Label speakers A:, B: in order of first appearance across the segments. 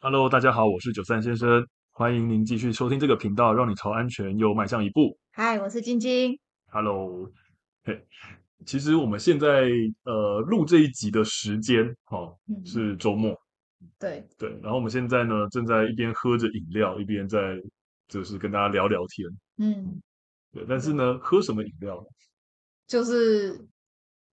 A: Hello，大家好，我是九三先生，欢迎您继续收听这个频道，让你朝安全又迈向一步。
B: 嗨，我是晶晶。
A: Hello，嘿，其实我们现在呃录这一集的时间哦
B: 嗯，
A: 是周末，
B: 对，
A: 对，然后我们现在呢正在一边喝着饮料，一边在就是跟大家聊聊天，
B: 嗯，
A: 对，但是呢喝什么饮料呢？
B: 就是，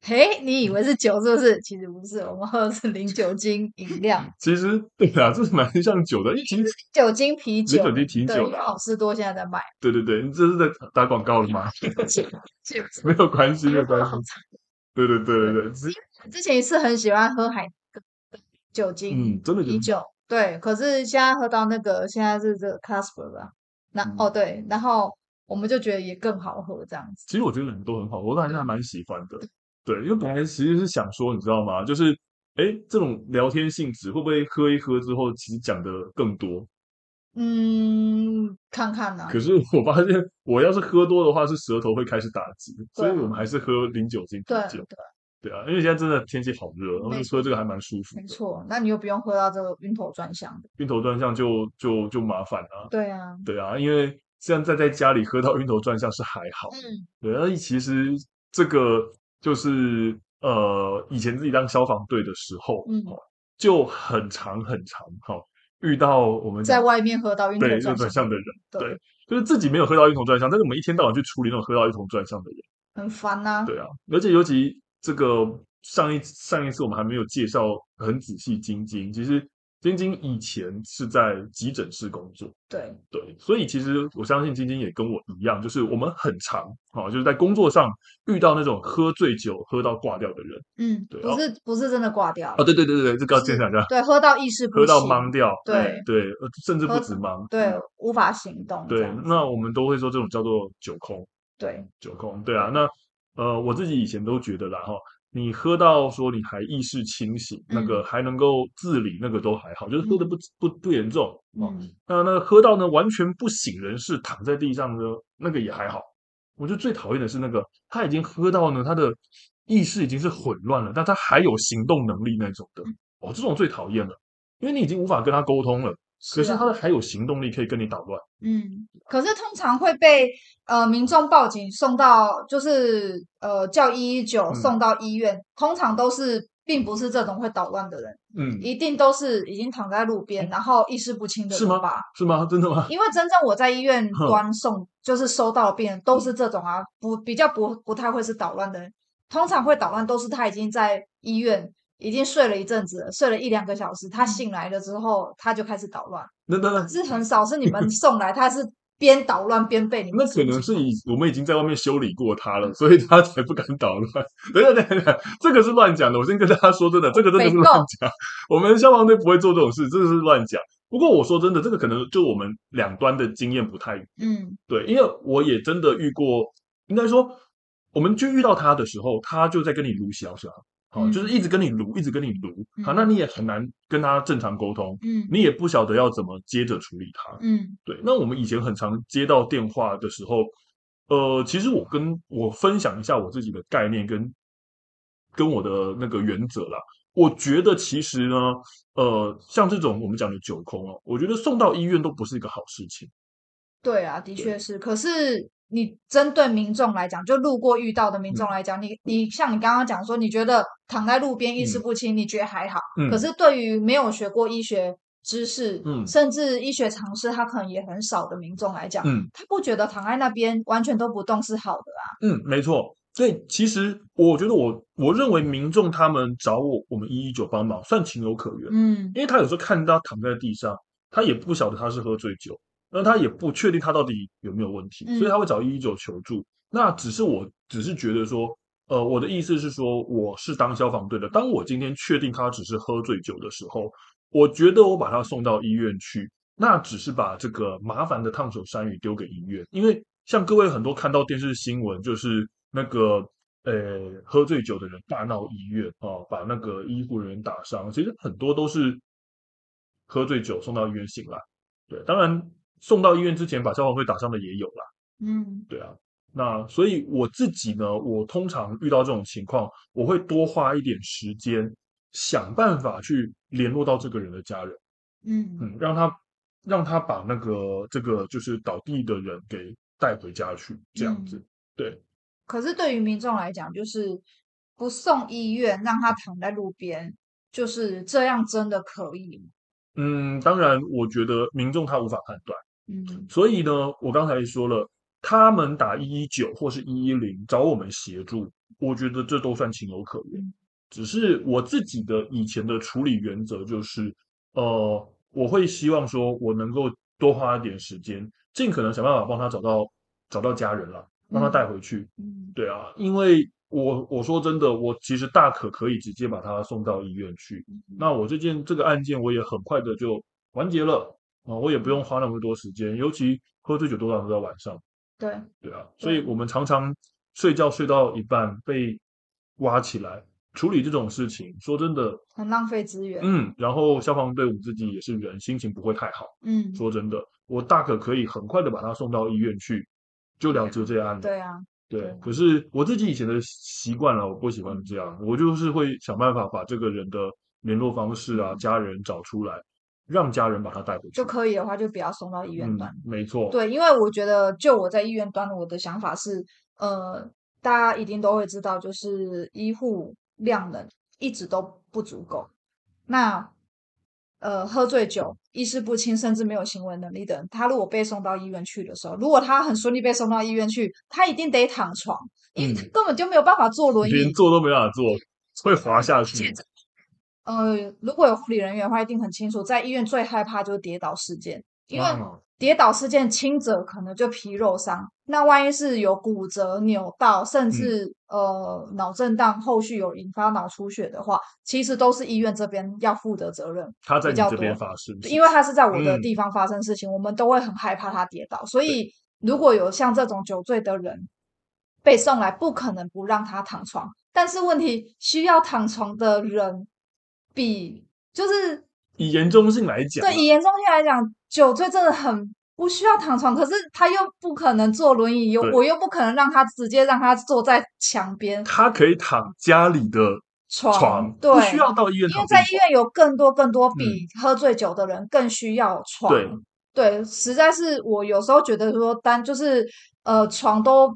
B: 嘿，你以为是酒是不是？其实不是，我们喝的是零酒精饮 料，
A: 其实对啊， 这是蛮像酒的，因为其实
B: 酒精啤酒，
A: 零酒精啤
B: 对，
A: 酒
B: 因为
A: 啦
B: 好事多现在在卖，
A: 对对对，你这是在打广告了吗？
B: 是是不是？
A: 没有关系，没有
B: 我觉
A: 关
B: 得
A: 系
B: 好。
A: 对对对对对，只
B: 惨之前也是很喜欢喝海酒精
A: 嗯，真的就
B: 啤酒，对，可是现在喝到那个现在是这个 Casper 吧，那、
A: 嗯
B: 哦对，然后我们就觉得也更好喝这样子，
A: 其实我觉得很多很好，我当
B: 嗯
A: 时还蛮喜欢的。对，因为本来其实是想说，你知道吗？就是哎，诶这种聊天性质会不会喝一喝之后，其实讲的更多？
B: 嗯，看看呢、
A: 可是我发现，我要是喝多的话，是舌头会开始打结，所以
B: 对啊
A: 我们还是喝零酒精啤
B: 对
A: 酒。
B: 对，
A: 对啊，因为现在真的天气好热，然后
B: 没
A: 喝这个还蛮舒服
B: 没
A: 的。
B: 错，那你又不用喝到这个晕头转向的，
A: 晕头转向就就就麻烦了、
B: 对啊，
A: 对啊，因为现在在家里喝到晕头转向是还好。
B: 嗯。
A: 对，而其实这个就是呃，以前自己当消防队的时候，
B: 嗯
A: 哦就很长很长哈、哦遇到我们
B: 在
A: 讲
B: 外面喝到晕头
A: 对
B: 转
A: 转
B: 向，
A: 向的人，
B: 对，
A: 就是自己没有喝到一头转向，但是我们一天到晚去处理那种喝到一头转向的人，
B: 很烦呐、
A: 对啊，而且尤其这个上一上一次我们还没有介绍很仔细晶晶，其实晶晶以前是在急诊室工作，
B: 对，
A: 对，所以其实我相信晶晶也跟我一样，就是我们很常啊、哦就是在工作上遇到那种喝醉酒喝到挂掉的人
B: 嗯，
A: 对
B: 不
A: 啊
B: 是不是真的挂掉
A: 哦，
B: 了，
A: 对对对对对，这个要先讲一下，
B: 对，喝到意识不
A: 喝到
B: 醒，
A: 懵掉，
B: 对
A: 哎对，呃甚至不
B: 喝
A: 止懵，
B: 对，无法行动这
A: 对
B: 样，子，
A: 那我们都会说这种叫做酒空，
B: 对，
A: 酒空，对啊，那呃我自己以前都觉得啦哈。你喝到说你还意识清醒，
B: 嗯
A: 那个还能够自理，那个都还好，就是喝的不不不严重哦。
B: 嗯，
A: 那那喝到呢完全不省人事，躺在地上呢，那个也还好。我觉得最讨厌的是那个他已经喝到呢，他的意识已经是混乱了，但他还有行动能力那种的，哦，这种最讨厌了，因为你已经无法跟他沟通了，可是
B: 啊
A: 他的还有行动力可以跟你捣乱。
B: 嗯，可是通常会被呃民众报警送到，就是呃叫一一九
A: 嗯
B: 送到医院，通常都是。并不是这种会捣乱的人，
A: 嗯，
B: 一定都是已经躺在路边，然后意识不清的
A: 是
B: 人
A: 吗
B: 吧？
A: 是吗？真的吗？
B: 因为真正我在医院
A: 哼嗯
B: 端送，就是收到的病人都是这种啊，不比较不不太会是捣乱的人，通常会捣乱都是他已经在医院已经睡了一阵子了，睡了一两个小时，
A: 嗯
B: 他醒来了之后他就开始捣乱，
A: 那那那
B: 可是很少是你们送来，他是边捣乱边被你们
A: 那
B: 送
A: 可
B: 进
A: 能是以我们已经在外面修理过他了，所以他才不敢捣乱。 等一下等一下，等一下，这个是乱讲的。我先跟大家说真的，这个真的是
B: 被
A: 乱
B: 告
A: 讲。 我们消防队不会做这种事，这个是乱讲。不过我说真的，这个可能就我们两端的经验不太
B: 嗯
A: 对，因为我也真的遇过，应该说我们去遇到他的时候，他就在跟你撸小小，好、
B: 嗯
A: 就是一直跟你撸，一直跟你撸，好、那
B: 嗯
A: 你也很难跟他正常沟通，
B: 嗯
A: 你也不晓得要怎么接着处理他。
B: 嗯
A: 对，那我们以前很常接到电话的时候，呃，其实我跟我分享一下我自己的概念跟跟我的那个原则啦。我觉得其实呢，呃，像这种我们讲的酒空哦，我觉得送到医院都不是一个好事情。
B: 对啊，的确是，可是。你针对民众来讲，就路过遇到的
A: 嗯
B: 民众来讲，你你像你刚刚讲说，你觉得躺在路边意识
A: 嗯
B: 不清，你觉得还好，
A: 嗯，
B: 可是对于没有学过医学知识，
A: 嗯
B: 甚至医学常识，他可能也很少的民众来讲，
A: 嗯
B: 他不觉得躺在那边完全都不动是好的啊。
A: 嗯，没错。所以其实我觉得我我认为民众他们找我我们一一九帮忙算情有可原，
B: 嗯，
A: 因为他有时候看到躺在地上，他也不晓得他是喝醉酒，那他也不确定他到底有没有问题，
B: 嗯
A: 所以他会找一一九求助。那只是我只是觉得说，呃，我的意思是说，我是当消防队的，当我今天确定他只是喝醉酒的时候，我觉得我把他送到医院去，那只是把这个麻烦的烫手山芋丢给医院，因为像各位很多看到电视新闻，就是那个呃喝醉酒的人大闹医院哦，把那个医护人员打伤，其实很多都是喝醉酒送到医院醒来。对，当然送到医院之前把消防队打伤的也有啦。
B: 嗯，
A: 对啊，那所以我自己呢，我通常遇到这种情况，我会多花一点时间想办法去联络到这个人的家人。
B: 嗯
A: 嗯，让他让他把那个这个就是倒地的人给带回家去，这样子。对，
B: 可是对于民众来讲，就是不送医院，让他躺在路边，就是这样真的可以吗？
A: 嗯，当然，我觉得民众他无法判断，
B: 嗯
A: 所以呢，我刚才也说了，他们打一一九或是一一零找我们协助，我觉得这都算情有可原
B: 嗯。
A: 只是我自己的以前的处理原则就是，呃，我会希望说我能够多花一点时间，尽可能想办法帮他找到找到家人了，帮他带回去。
B: 嗯
A: 对啊，因为我我说真的，我其实大可可以直接把他送到医院去。那我这件这个案件，我也很快的就完结了啊、我也不用花那么多时间。尤其喝醉酒多少都在晚上，
B: 对，
A: 对啊，所以我们常常睡觉睡到一半被挖起来处理这种事情，说真的，
B: 很浪费资源。
A: 嗯，然后消防队伍自己也是人，心情不会太好。
B: 嗯，
A: 说真的，我大可可以很快的把他送到医院去，就了结这个案子。
B: 对啊，
A: 对
B: 对，
A: 可是我自己以前的习惯了，我不喜欢这样，我就是会想办法把这个人的联络方式啊、家人找出来，让家人把他带回去。
B: 嗯就可以的话，就不要送到医院
A: 嗯
B: 端。，
A: 没错，
B: 对，因为我觉得，就我在医院端，我的想法是，呃，大家一定都会知道，就是医护量能一直都不足够。那呃，喝醉酒、意识不清，甚至没有行为能力的人，他如果被送到医院去的时候，如果他很顺利被送到医院去，他一定得躺床，因为他
A: 嗯
B: 根本就没有办法坐轮
A: 连
B: 椅。
A: 坐都没办法坐，会滑下去。
B: 呃，如果有护理人员的话，一定很清楚，在医院最害怕就是跌倒事件，因为
A: 啊
B: 跌倒事件轻者可能就皮肉伤，那万一是有骨折、扭到，甚至、呃脑震荡，后续有引发脑出血的话，其实都是医院这边要负的责任，
A: 他在
B: 比
A: 你
B: 较
A: 这边
B: 多
A: 发生，
B: 因为它是在我的
A: 嗯
B: 地方发生事情，我们都会很害怕他跌倒，所以如果有像这种酒醉的人被送来，不可能不让他躺床，但是问题需要躺床的人比就是
A: 以严重性来讲啊，
B: 对，以严重性来讲，酒醉真的很不需要躺床，可是他又不可能坐轮椅，又
A: 对
B: 我又不可能让他直接让他坐在墙边
A: 他可以躺家里的
B: 床，对，
A: 不需要到医院
B: 因为
A: 躺病
B: 在
A: 床。
B: 医院有更多更多比喝醉酒的人更需要床，
A: 对
B: 对，实在是我有时候觉得说单就是呃床都。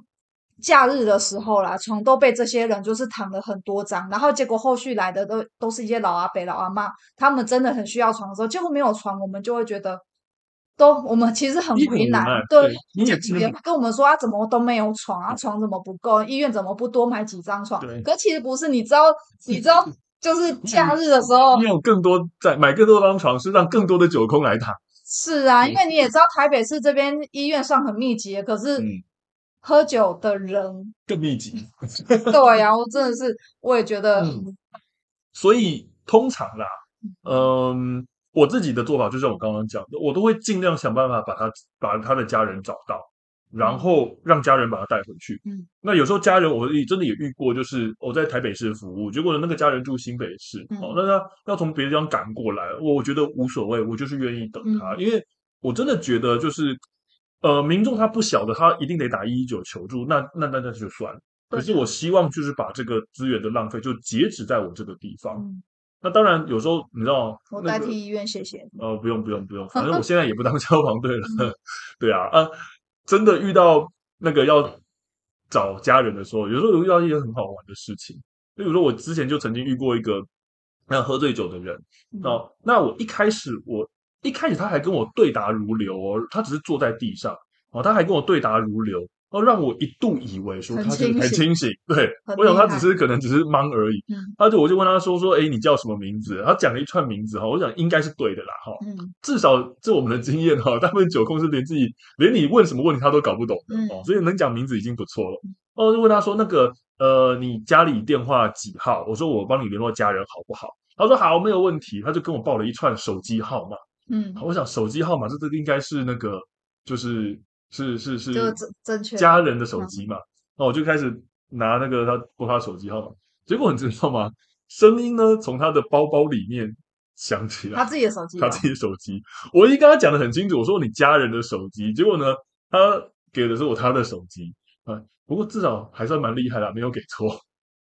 B: 假日的时候啦，床都被这些人就是躺了很多张，然后结果后续来的都都是一些老阿伯、老阿妈，他们真的很需要床的时候，结果没有床，我们就会觉得都我们其实很
A: 你很
B: 为
A: 无
B: 难
A: 奈，
B: 对
A: 对，你也
B: 也
A: 知
B: 跟我们说啊，怎么都没有床啊，床怎么不够？医院怎么不多买几张床
A: 对？
B: 可其实不是，你知道，你知道，就是假日的时候
A: 你，有更多在买更多张床，是让更多的酒空来躺。
B: 是啊，因
A: 嗯
B: 为你也知道，台北市这边医院算很密集的，可是
A: 嗯
B: 喝酒的人，
A: 更密
B: 嗯
A: 集。
B: 对呀、我真的是，我也觉得，
A: 嗯所以通常啦，
B: 嗯
A: 嗯，我自己的做法就像我刚刚讲的，我都会尽量想办法把他把他的家人找到，然后让家人把他带回去。
B: 嗯，
A: 那有时候家人我也真的也遇过，就是我在台北市服务，结果那个家人住新北市，
B: 嗯
A: 哦，那他要从别的地方赶过来，我觉得无所谓，我就是愿意等
B: 嗯
A: 他，因为我真的觉得就是。呃，民众他不晓得，他一定得打一一九求助，那那那那就算了。可
B: 对
A: 是我希望就是把这个资源的浪费就截止在我这个地方，
B: 嗯
A: 那当然，有时候你知道，
B: 我
A: 那
B: 代
A: 个
B: 替医院谢谢你，
A: 呃，不用不用不用，反 正我现在也不当消防队了。
B: 嗯
A: 对啊，啊，真的遇到那个要找家人的时候，有时候有遇到一些很好玩的事情。比如说，我之前就曾经遇过一个那喝醉酒的人，
B: 嗯
A: 哦，那我一开始我一开始他还跟我对答如流哦，他只是坐在地上哦，他还跟我对答如流，哦，让我一度以为说他
B: 很
A: 就是
B: 清
A: 很
B: 醒
A: 清醒，对
B: 很
A: 我想
B: 厉
A: 他
B: 害
A: 只是可能只是懵而已。
B: 嗯
A: 他就我就问他说说，哎，你叫什么名字？他讲了一串名字哈，我想应该是对的啦哈，
B: 嗯
A: 至少这我们的经验哈、大部分酒控是连自己连你问什么问题他都搞不懂的、
B: 嗯
A: 哦，所以能讲名字已经不错了。哦，就问他说那个呃，你家里电话几号？我说我帮你联络家人好不好？他说好，没有问题。他就跟我报了一串手机号码。
B: 嗯，
A: 我想手机号码这这个应该是那个就是是是是
B: 嗯就是正正确的
A: 家人的手机嘛。哦那我就开始拿那个他拨他手机号码，结果你知道吗？声音呢从他的包包里面响起来
B: 他。自己的手机吧，啊
A: 他自己手机。我一跟他讲的很清楚，我说你家人的手机，结果呢，他给的是我他的手机啊。不过至少还算蛮厉害啦，没有给错。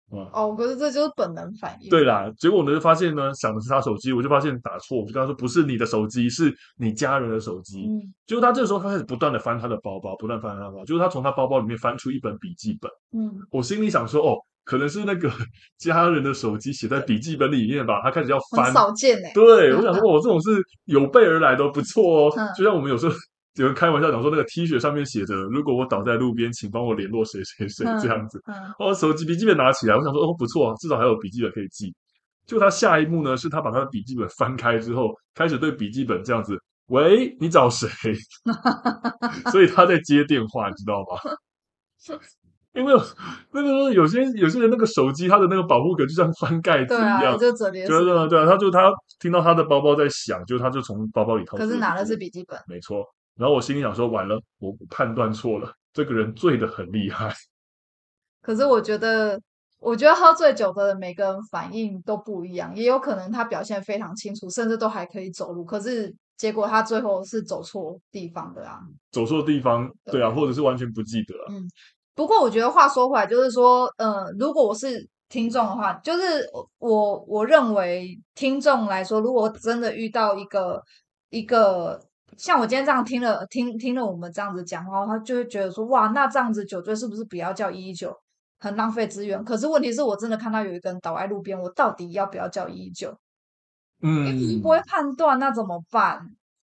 A: 哇
B: 哦，可是这就是本能反应。
A: 对啦，结果呢就发现呢，想的是他手机，我就发现打错，我就跟他说不是你的手机，是你家人的手机。
B: 嗯
A: 结果他这时候他开始不断的翻他的包包，不断翻他的包包，就是他从他包包里面翻出一本笔记本。
B: 嗯，
A: 我心里想说，哦，可能是那个 家人的手机写在笔记本里面吧。他开始要翻
B: 很，少见 哎、
A: 对我想说，我这种是有备而来的，不错哦。
B: 嗯
A: 就像我们有时候有人开玩笑讲说，那个 T 恤上面写着“如果我倒在路边，请帮我联络谁谁谁”
B: 嗯
A: 这样子。
B: 嗯
A: 哦，手机笔记本拿起来，我想说，哦，不错啊，至少还有笔记本可以记。就他下一幕呢，是他把他的笔记本翻开之后，开始对笔记本这样子：“喂，你找谁？” 所以他在接电话，你知道吗？ 因为那个时候有些有些人那个手机，它的那个保护壳就像翻盖子
B: 对
A: 一
B: 啊，
A: 样，
B: 就折叠
A: 对啊，
B: 式，
A: 对啊，对啊，他就他听到他的包包在响，就他就从包包里掏出了笔记
B: 可
A: 本。
B: 是拿的是笔记本。
A: 没错。然后我心里想说，完了，我判断错了，这个人醉得很厉害。
B: 可是我觉得，我觉得喝醉酒的人每个人反应都不一样，也有可能他表现得非常清楚，甚至都还可以走路，可是结果他最后是走错地方的啊。
A: 走错地方，
B: 对
A: 对啊，或者是完全不记得啊、
B: 不过我觉得话说回来，就是说，呃，如果我是听众的话，就是我我认为听众来说，如果真的遇到一个一个像我今天这样听了听听了我们这样子讲话，他就会觉得说，哇，那这样子酒醉是不是不要叫一一九，很浪费资源？可是问题是我真的看到有一个人倒在路边，我到底要不要叫一一九？因为你
A: 嗯
B: 不，会判断，那怎么办？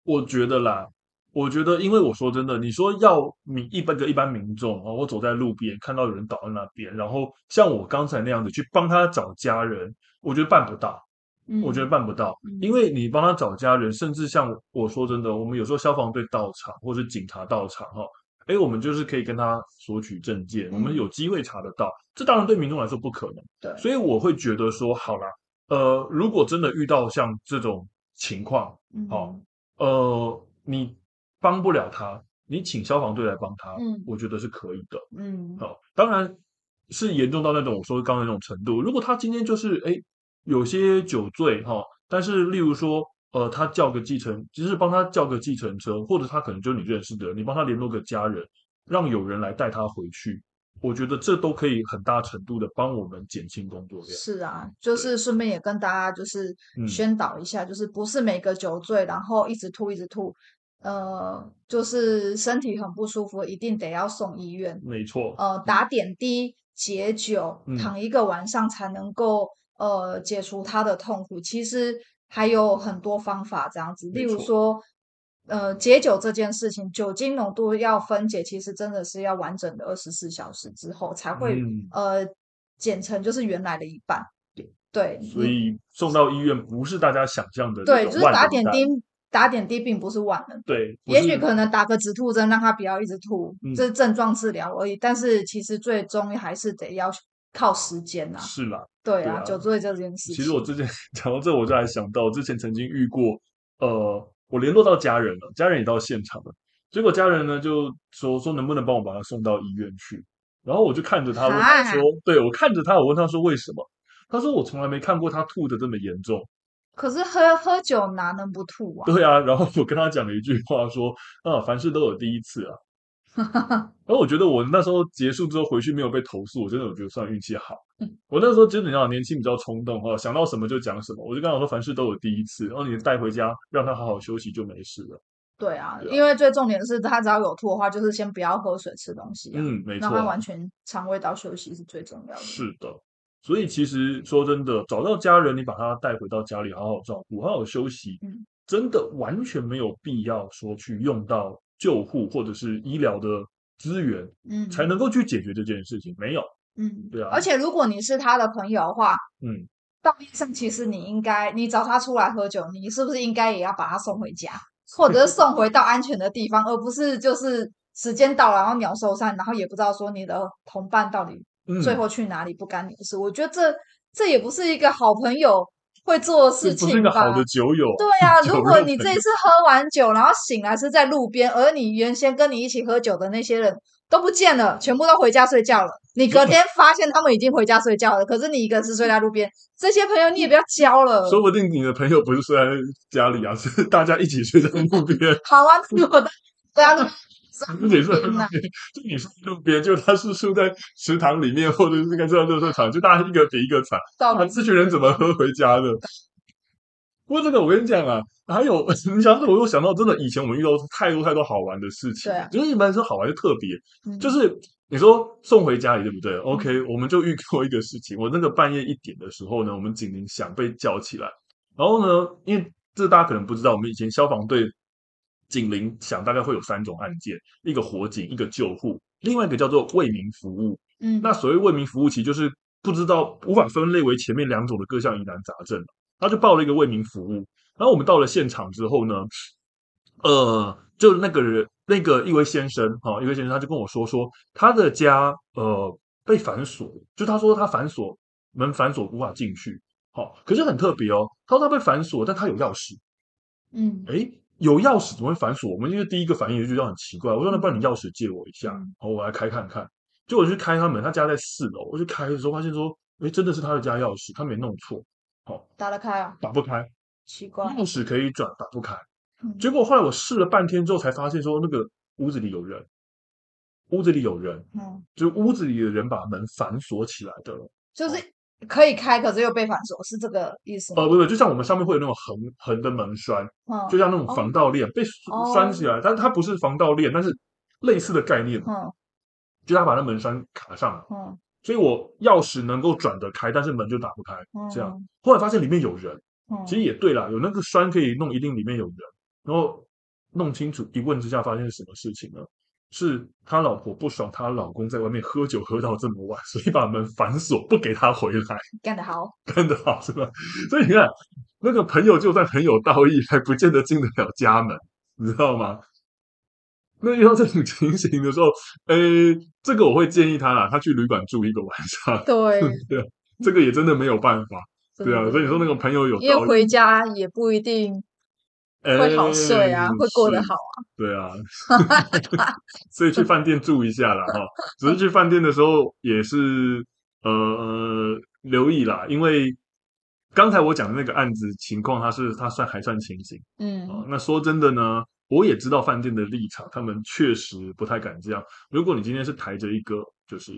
A: 我觉得啦，我觉得，因为我说真的，你说要民一般的一般民众啊，我走在路边看到有人倒在那边，然后像我刚才那样子去帮他找家人，我觉得办不到。
B: 嗯，
A: 我觉得办不到，因为你帮他找家人，甚至像我说真的，我们有时候消防队到场或是警察到场哈，哎，我们就是可以跟他索取证件，我们
B: 嗯
A: 有机会查得到。这当然对民众来说不可能，
B: 对
A: 所以我会觉得说，好啦，呃，如果真的遇到像这种情况，好
B: 嗯
A: 呃，你帮不了他，你请消防队来帮他，
B: 嗯
A: 我觉得是可以的。
B: 嗯
A: 好、当然是严重到那种我说刚刚那种程度。如果他今天就是哎有些酒醉哈、但是例如说呃他叫个计程，只是帮他叫个计程车，或者他可能就是你认识的人，你帮他联络个家人，让有人来带他回去，我觉得这都可以很大程度的帮我们减轻工作量。
B: 是啊，就是顺便也跟大家就是
A: 嗯
B: 宣导一下，就是不是每个酒醉然后一直吐一直吐，呃，就是身体很不舒服，一定得要送医院，
A: 没错，
B: 呃，打点滴解酒，
A: 嗯
B: 躺一个晚上才能够呃解除他的痛苦。其实还有很多方法这样子，
A: 没
B: 例如
A: 错
B: 说。呃，解酒这件事情，酒精浓度要分解，其实真的是要完整的二十四小时之后才会、
A: 嗯
B: 呃减成就是原来的一半。对，
A: 所
B: 你
A: 以送到医院不是大家想象的那
B: 对，
A: 种
B: 就是
A: 万
B: 打
A: 能
B: 点
A: 丹，
B: 滴，打点滴并不是万能，
A: 对，不
B: 也
A: 是
B: 许可能打个止吐针让他不要一直吐，
A: 嗯
B: 这是症状治疗而已。但是其实最终还是得要靠时间呐、
A: 是啦，
B: 对
A: 对啊
B: 啊，酒醉这件事情。
A: 其实我之前 讲到这，我就还想到之前曾经遇过，呃，我联络到家人了，家人也到现场了，结果家人呢就说说能不能帮我把他送到医院去，然后我就看着他，问他说，
B: 啊
A: 对我看着他，我问他说为什么，他说我从来没看过他吐的这么严重，
B: 可是喝喝酒哪能不吐啊？
A: 对啊，然后我跟他讲了一句话说，啊，凡事都有第一次啊，然后我觉得我那时候结束之后回去没有被投诉，我真的我觉得算运气好。
B: 嗯
A: 我那时候真的讲年轻比较冲动哈，想到什么就讲什么，我就跟他说凡事都有第一次，然后你带回家让他好好休息就没事了。
B: 对啊，
A: 对啊
B: 因为最重点的是他只要有吐的话，就是先不要喝水吃东西、啊，
A: 嗯，没错
B: 让，他完全肠胃道休息是最重要的。
A: 是的。所以其实说真的，找到家人，你把他带回到家里，好好照顾，好好休息，
B: 嗯
A: 真的完全没有必要说去用到救护或者是医疗的资源
B: 嗯，
A: 才能够去解决这件事情，没有。
B: 嗯，
A: 对啊
B: 而且如果你是他的朋友的话，
A: 嗯，
B: 道义上其实你应该，你找他出来喝酒，你是不是应该也要把他送回家，或者是送回到安全的地方，而不是就是时间到了然后鸟兽散，然后也不知道说你的同伴到底
A: 嗯，
B: 最后去哪里不干你的事。我觉得这这也不是一个好朋友会做的
A: 这
B: 事
A: 不是一
B: 情
A: 个好
B: 吧
A: 的？酒友。
B: 对 啊，
A: 酒
B: 如果
A: 肉
B: 你
A: 朋
B: 这一
A: 友
B: 次喝完酒，然后醒来是在路边，而你原先跟你一起喝酒的那些人都不见了，全部都回家睡觉了。你隔天发现他们已经回家睡觉了，可是你一个人是睡在路边，这些朋友你也不要交了。
A: 说不定你的朋友不是睡在家里啊，是大家一起睡在路边。
B: 好啊，那我的对啊，
A: 你说
B: 天 哪
A: 就你说路边，就他是住在食堂里面，或者是在垃圾场，就大家一个比一个惨。
B: 到
A: 啊，
B: 底
A: 这群人怎么喝回家的？不过这个我跟你讲啊，还有 你想想，我又想到真的以前我们遇到太多太多好玩的事情，
B: 对啊
A: 就是一般说好玩就特别，
B: 嗯
A: 就是你说送回家里对不对？OK，我们就遇过一个事情，我那个半夜一点的时候呢，我们警铃响被叫起来，然后呢，因为这大家可能不知道，我们以前消防队警铃响大概会有三种案件，一个火警，一个救护，另外一个叫做为民服务。
B: 嗯，
A: 那所谓为民服务，其实就是不知道无法分类为前面两种的各项疑难杂症，他就报了一个为民服务。然后我们到了现场之后呢，呃，就那个人那个一位先生哈、一位先生他就跟我说说他的家呃被反锁，就他说他反锁门反锁无法进去。好、可是很特别哦，他说他被反锁，但他有钥匙。
B: 嗯
A: 诶，有钥匙怎么会反锁？我们因为第一个反应就觉得很奇怪。我说那不然你钥匙借我一下
B: 嗯，
A: 好，我来开看看。结果我去开他门，他家在四楼，我去开的时候发现说，诶，真的是他的家钥匙，他没弄错，
B: 打得开啊，
A: 打不开，
B: 奇怪，
A: 钥匙可以转，打不开。
B: 嗯
A: 结果后来我试了半天之后，才发现说那个屋子里有人，屋子里有人，
B: 嗯，
A: 就是屋子里的人把门反锁起来的了。
B: 就是可以开，可是又被反锁，是这个意思吗？
A: 呃，不是，就像我们上面会有那种横横的门栓，
B: 嗯
A: 就像那种
B: 哦
A: 防盗链被
B: 哦
A: 栓起来，但是它不是防盗链，但是类似的概念。
B: 嗯
A: 就他把那门栓卡上了，
B: 嗯
A: 所以我钥匙能够转得开，但是门就打不开。
B: 嗯，
A: 这样后来发现里面有人，
B: 嗯，
A: 其实也对啦，有那个栓可以弄一定里面有人，然后弄清楚一问之下发现是什么事情呢？是他老婆不爽，她老公在外面喝酒喝到这么晚，所以把门反锁，不给他回来，
B: 嗯干得好，
A: 真的啊 好是吧？所以你看，那个朋友就算很有道义，还不见得进得了家门，你知道吗？那遇到这种情形的时候，呃，这个我会建议他啦，他去旅馆住一个晚上，
B: 对，
A: 这个也真的没有办法，
B: 真
A: 对啊。
B: 的
A: 所以你说那个朋友有
B: 因为
A: 道理，
B: 回家也不一定会好睡啊，
A: 哎
B: 会过得
A: 是
B: 好啊，
A: 对啊， 所以去饭店住一下啦哈。只是去饭店的时候也是呃留意啦，因为刚才我讲的那个案子情况，它是它算还算清醒啊、
B: 嗯
A: 那说真的呢，我也知道饭店的立场，他们确实不太敢这样。如果你今天是抬着一个就是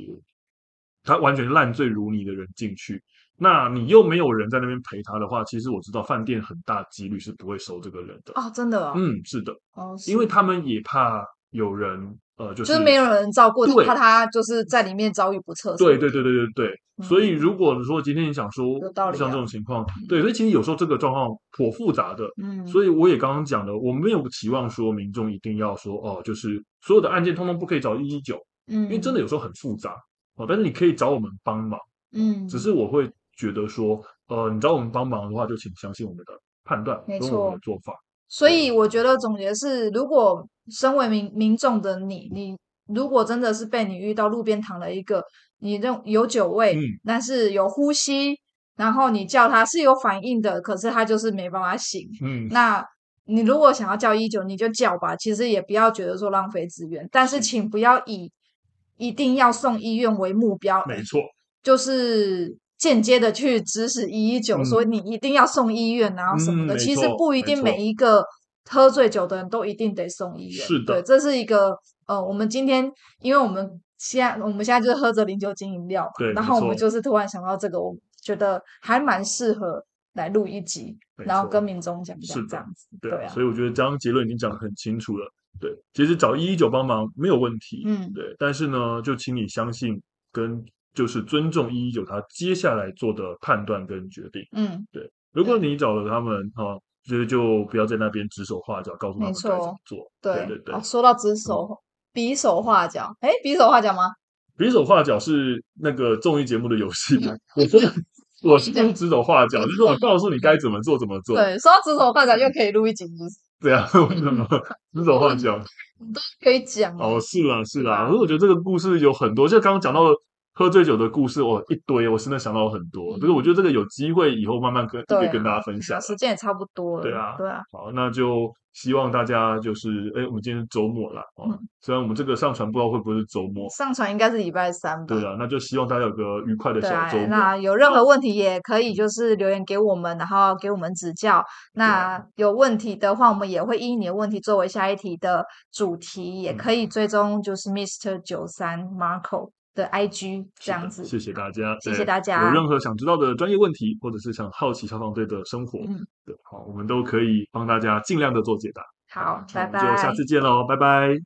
A: 他完全烂醉如泥的人进去。那你又没有人在那边陪他的话，其实我知道饭店很大几率是不会收这个人的。
B: 哦，真的啊，
A: 嗯，是的，
B: 哦，是
A: 因为他们也怕有人呃，就
B: 就是是没有人照顾，就
A: 对
B: 怕他就是在里面遭遇不测，
A: 对对对对对对，
B: 嗯
A: 所以如果说今天你想说
B: 有道理啊
A: 像这种情况，对，所以其实有时候这个状况颇复杂的。
B: 嗯，
A: 所以我也刚刚讲了，我没有期望说民众一定要说哦，就是所有的案件通通不可以找一一九，
B: 嗯，
A: 因为真的有时候很复杂哦。但是你可以找我们帮忙，
B: 嗯，
A: 只是我会觉得说，呃，你找我们帮忙的话，就请相信我们的判断
B: 没
A: 跟我们
B: 错
A: 的做法。
B: 所以我觉得总结是，如果身为民民众的你，你如果真的是被你遇到路边躺了一个，你这种有酒味，
A: 嗯
B: 但是有呼吸，然后你叫他是有反应的，可是他就是没办法醒。
A: 嗯，
B: 那你如果想要叫一九，你就叫吧，其实也不要觉得说浪费资源，但是请不要以一定要送医院为目标，
A: 没错，
B: 就是间接的去指使一一九，
A: 嗯
B: 说你一定要送医院，然后什么
A: 嗯
B: 的。
A: 没
B: 其实
A: 错
B: 不一
A: 没
B: 定每
A: 错
B: 一个喝醉酒的人都一定得送医院。
A: 是的
B: 对，这是一个呃，我们今天因为我们现在我们现在就是喝着零酒精饮料嘛，
A: 对
B: 然
A: 没
B: 后我们
A: 错
B: 就是突然想到这个，我觉得还蛮适合来录一集，
A: 没
B: 然后
A: 错
B: 跟民众讲
A: 是
B: 讲
A: 的
B: 这样子。
A: 对
B: 啊，
A: 所以我觉得这样结论已经讲得很清楚了。对，其实找一一九帮忙没有问题，
B: 嗯
A: 对，但是呢，就请你相信跟就是尊重一一九他接下来做的判断跟决定。
B: 嗯，
A: 如果你找了他们哈、啊，就是就不要在那边指手画脚，告诉他们
B: 没
A: 该怎么
B: 错
A: 做。
B: 对
A: 对对嗯
B: 哦，，说到指手比手画脚，哎，比手画脚吗？
A: 指手画脚是那个综艺节目的游戏，
B: 嗯
A: 我真 的我是用指手画脚，就是我告诉你该怎么做怎么做，
B: 对，说到指手画脚又可以录一集，就是
A: 对啊，为什么指手画脚？
B: 可以讲
A: 哦，是啦，是啦，
B: 吧
A: 所以我觉得这个故事有很多，就刚刚讲到了喝醉酒的故事，我一堆，我真的想到很多。就是我觉得这个有机会以后慢慢跟可
B: 对啊
A: 以跟大家分享
B: 啊。时间也差不多了。
A: 对啊
B: 对啊，
A: 好，那就希望大家就是，哎，我们今天是周末啦，哦，
B: 嗯
A: 虽然我们这个上传不知道会不会是周末，
B: 上传应该是礼拜三吧。
A: 对啊，那就希望大家有个愉快的
B: 对
A: 小
B: 啊
A: 周，末。
B: 那有任何问题也可以就是留言给我们，然后给我们指教。那
A: 啊
B: 有问题的话，我们也会依你的问题作为下一题的主题，也
A: 嗯
B: 可以追踪就是 Mr 九三 Marco 的 IG 这样子。
A: 谢谢大家，
B: 谢
A: 对
B: 谢大家
A: 有任何想知道的专业问题，或者是想好奇消防队的生活，
B: 嗯
A: 对，好，我们都可以帮大家尽量的做解答。
B: 好，拜
A: 我
B: 拜。
A: 们就下次见喽，拜拜。